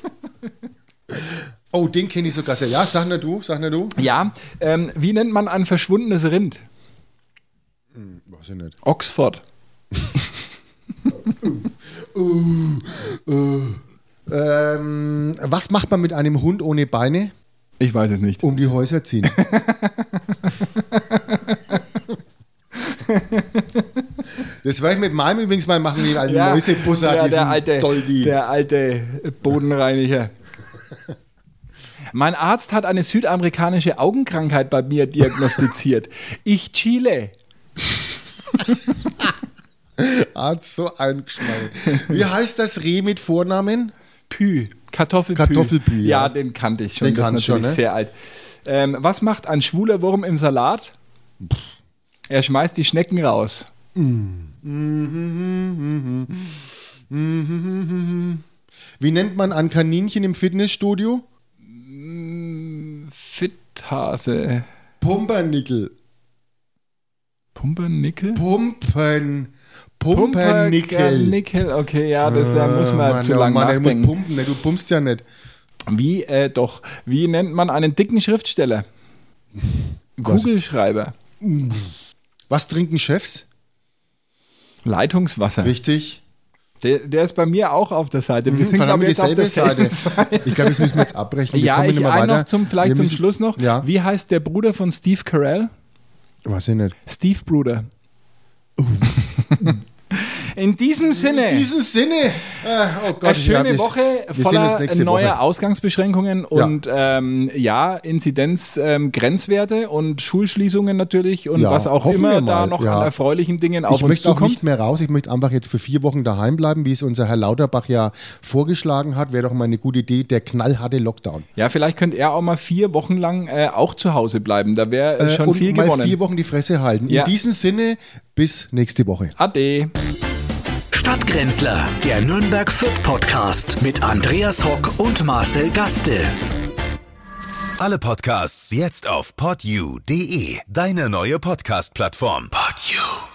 S3: [LAUGHS] oh, den kenne ich sogar sehr. Ja, sag nur du, sag nur du.
S2: Ja, ähm, wie nennt man ein verschwundenes Rind?
S3: Weiß ich nicht.
S2: Oxford.
S3: Ähm, was macht man mit einem Hund ohne Beine?
S2: Ich weiß es nicht.
S3: Um die Häuser ziehen. [LAUGHS] Das werde ich mit meinem übrigens mal machen, den alten
S2: Ja,
S3: Mäusebusser,
S2: ja,
S3: diesen
S2: der, alte,
S3: Doldi.
S2: der alte Bodenreiniger. mein Arzt hat eine südamerikanische Augenkrankheit bei mir diagnostiziert. Ich chile.
S3: Arzt, so ein Geschmack. Wie heißt das Reh mit Vornamen?
S2: Pü. Kartoffelpü.
S3: Kartoffelpü,
S2: ja.
S3: ja.
S2: den kannte ich schon.
S3: Den
S2: das ist
S3: kannst du
S2: natürlich
S3: schon, ne?
S2: sehr alt. Ähm, was macht ein schwuler Wurm im Salat? Er schmeißt die Schnecken raus.
S3: Wie nennt man ein Kaninchen im Fitnessstudio?
S2: Fitthase.
S3: Pumpernickel.
S2: Pumpernickel?
S3: Pumpen. Pumpernickel.
S2: Pumpernickel, okay, ja, das äh, muss man
S3: Mann,
S2: zu
S3: oh
S2: lange
S3: Mann, der muss
S2: nachdenken.
S3: pumpen, ne? du pumpst ja nicht.
S2: Wie, äh, doch, wie nennt man einen dicken
S3: [LAUGHS]
S2: Schriftsteller? Kugelschreiber.
S3: Was trinken Chefs?
S2: Leitungswasser.
S3: Richtig. Mhm,
S2: Der, der ist bei mir auch auf der Seite. Wir sind,
S3: Dann haben
S2: glaube
S3: wir
S2: ich, jetzt auf
S3: dieselbe
S2: derselben [LAUGHS]
S3: Seite.
S2: Seite.
S3: Ich glaube, das müssen wir jetzt abbrechen. Wir
S2: ja,
S3: kommen
S2: ich
S3: nicht mehr
S2: ein
S3: weiter.
S2: noch zum, vielleicht
S3: Wir
S2: zum
S3: müssen-
S2: Schluss noch.
S3: Ja,
S2: Wie heißt der Bruder von Steve Carell?
S3: weiß ich nicht.
S2: Steve Bruder. In diesem Sinne,
S3: Uh. In diesem Sinne. Äh, oh Gott,
S2: eine
S3: ich hab
S2: schöne
S3: mich-
S2: Woche
S3: wir sehen uns
S2: voller
S3: nächste
S2: neuer
S3: Woche.
S2: Ausgangsbeschränkungen und ähm, ja, Inzidenz, ähm, Grenzwerte und Schulschließungen natürlich und
S3: Ja,
S2: was auch
S3: hoffen wir
S2: immer
S3: mal,
S2: da noch
S3: ja.
S2: an erfreulichen Dingen auf
S3: ich
S2: uns
S3: möchte auch
S2: zukommt.
S3: nicht mehr raus. Ich möchte einfach jetzt für vier Wochen daheim bleiben, wie es unser Herr Lauterbach ja vorgeschlagen hat. Wäre doch mal eine gute Idee, der knallharte Lockdown.
S2: Ja, vielleicht könnte er auch mal vier Wochen lang äh, auch zu Hause bleiben. Da wäre äh,
S3: Äh,
S2: schon
S3: und
S2: viel
S3: mal
S2: gewonnen.
S3: vier Wochen die Fresse halten.
S2: Ja.
S3: In diesem Sinne, bis nächste Woche.
S2: Ade.
S1: Stadtgrenzler, der Nürnberg Fürth Podcast mit Andreas Hock und Marcel Gaste.
S5: Alle Podcasts jetzt auf podyou.de, deine neue Podcast-Plattform. Podyou.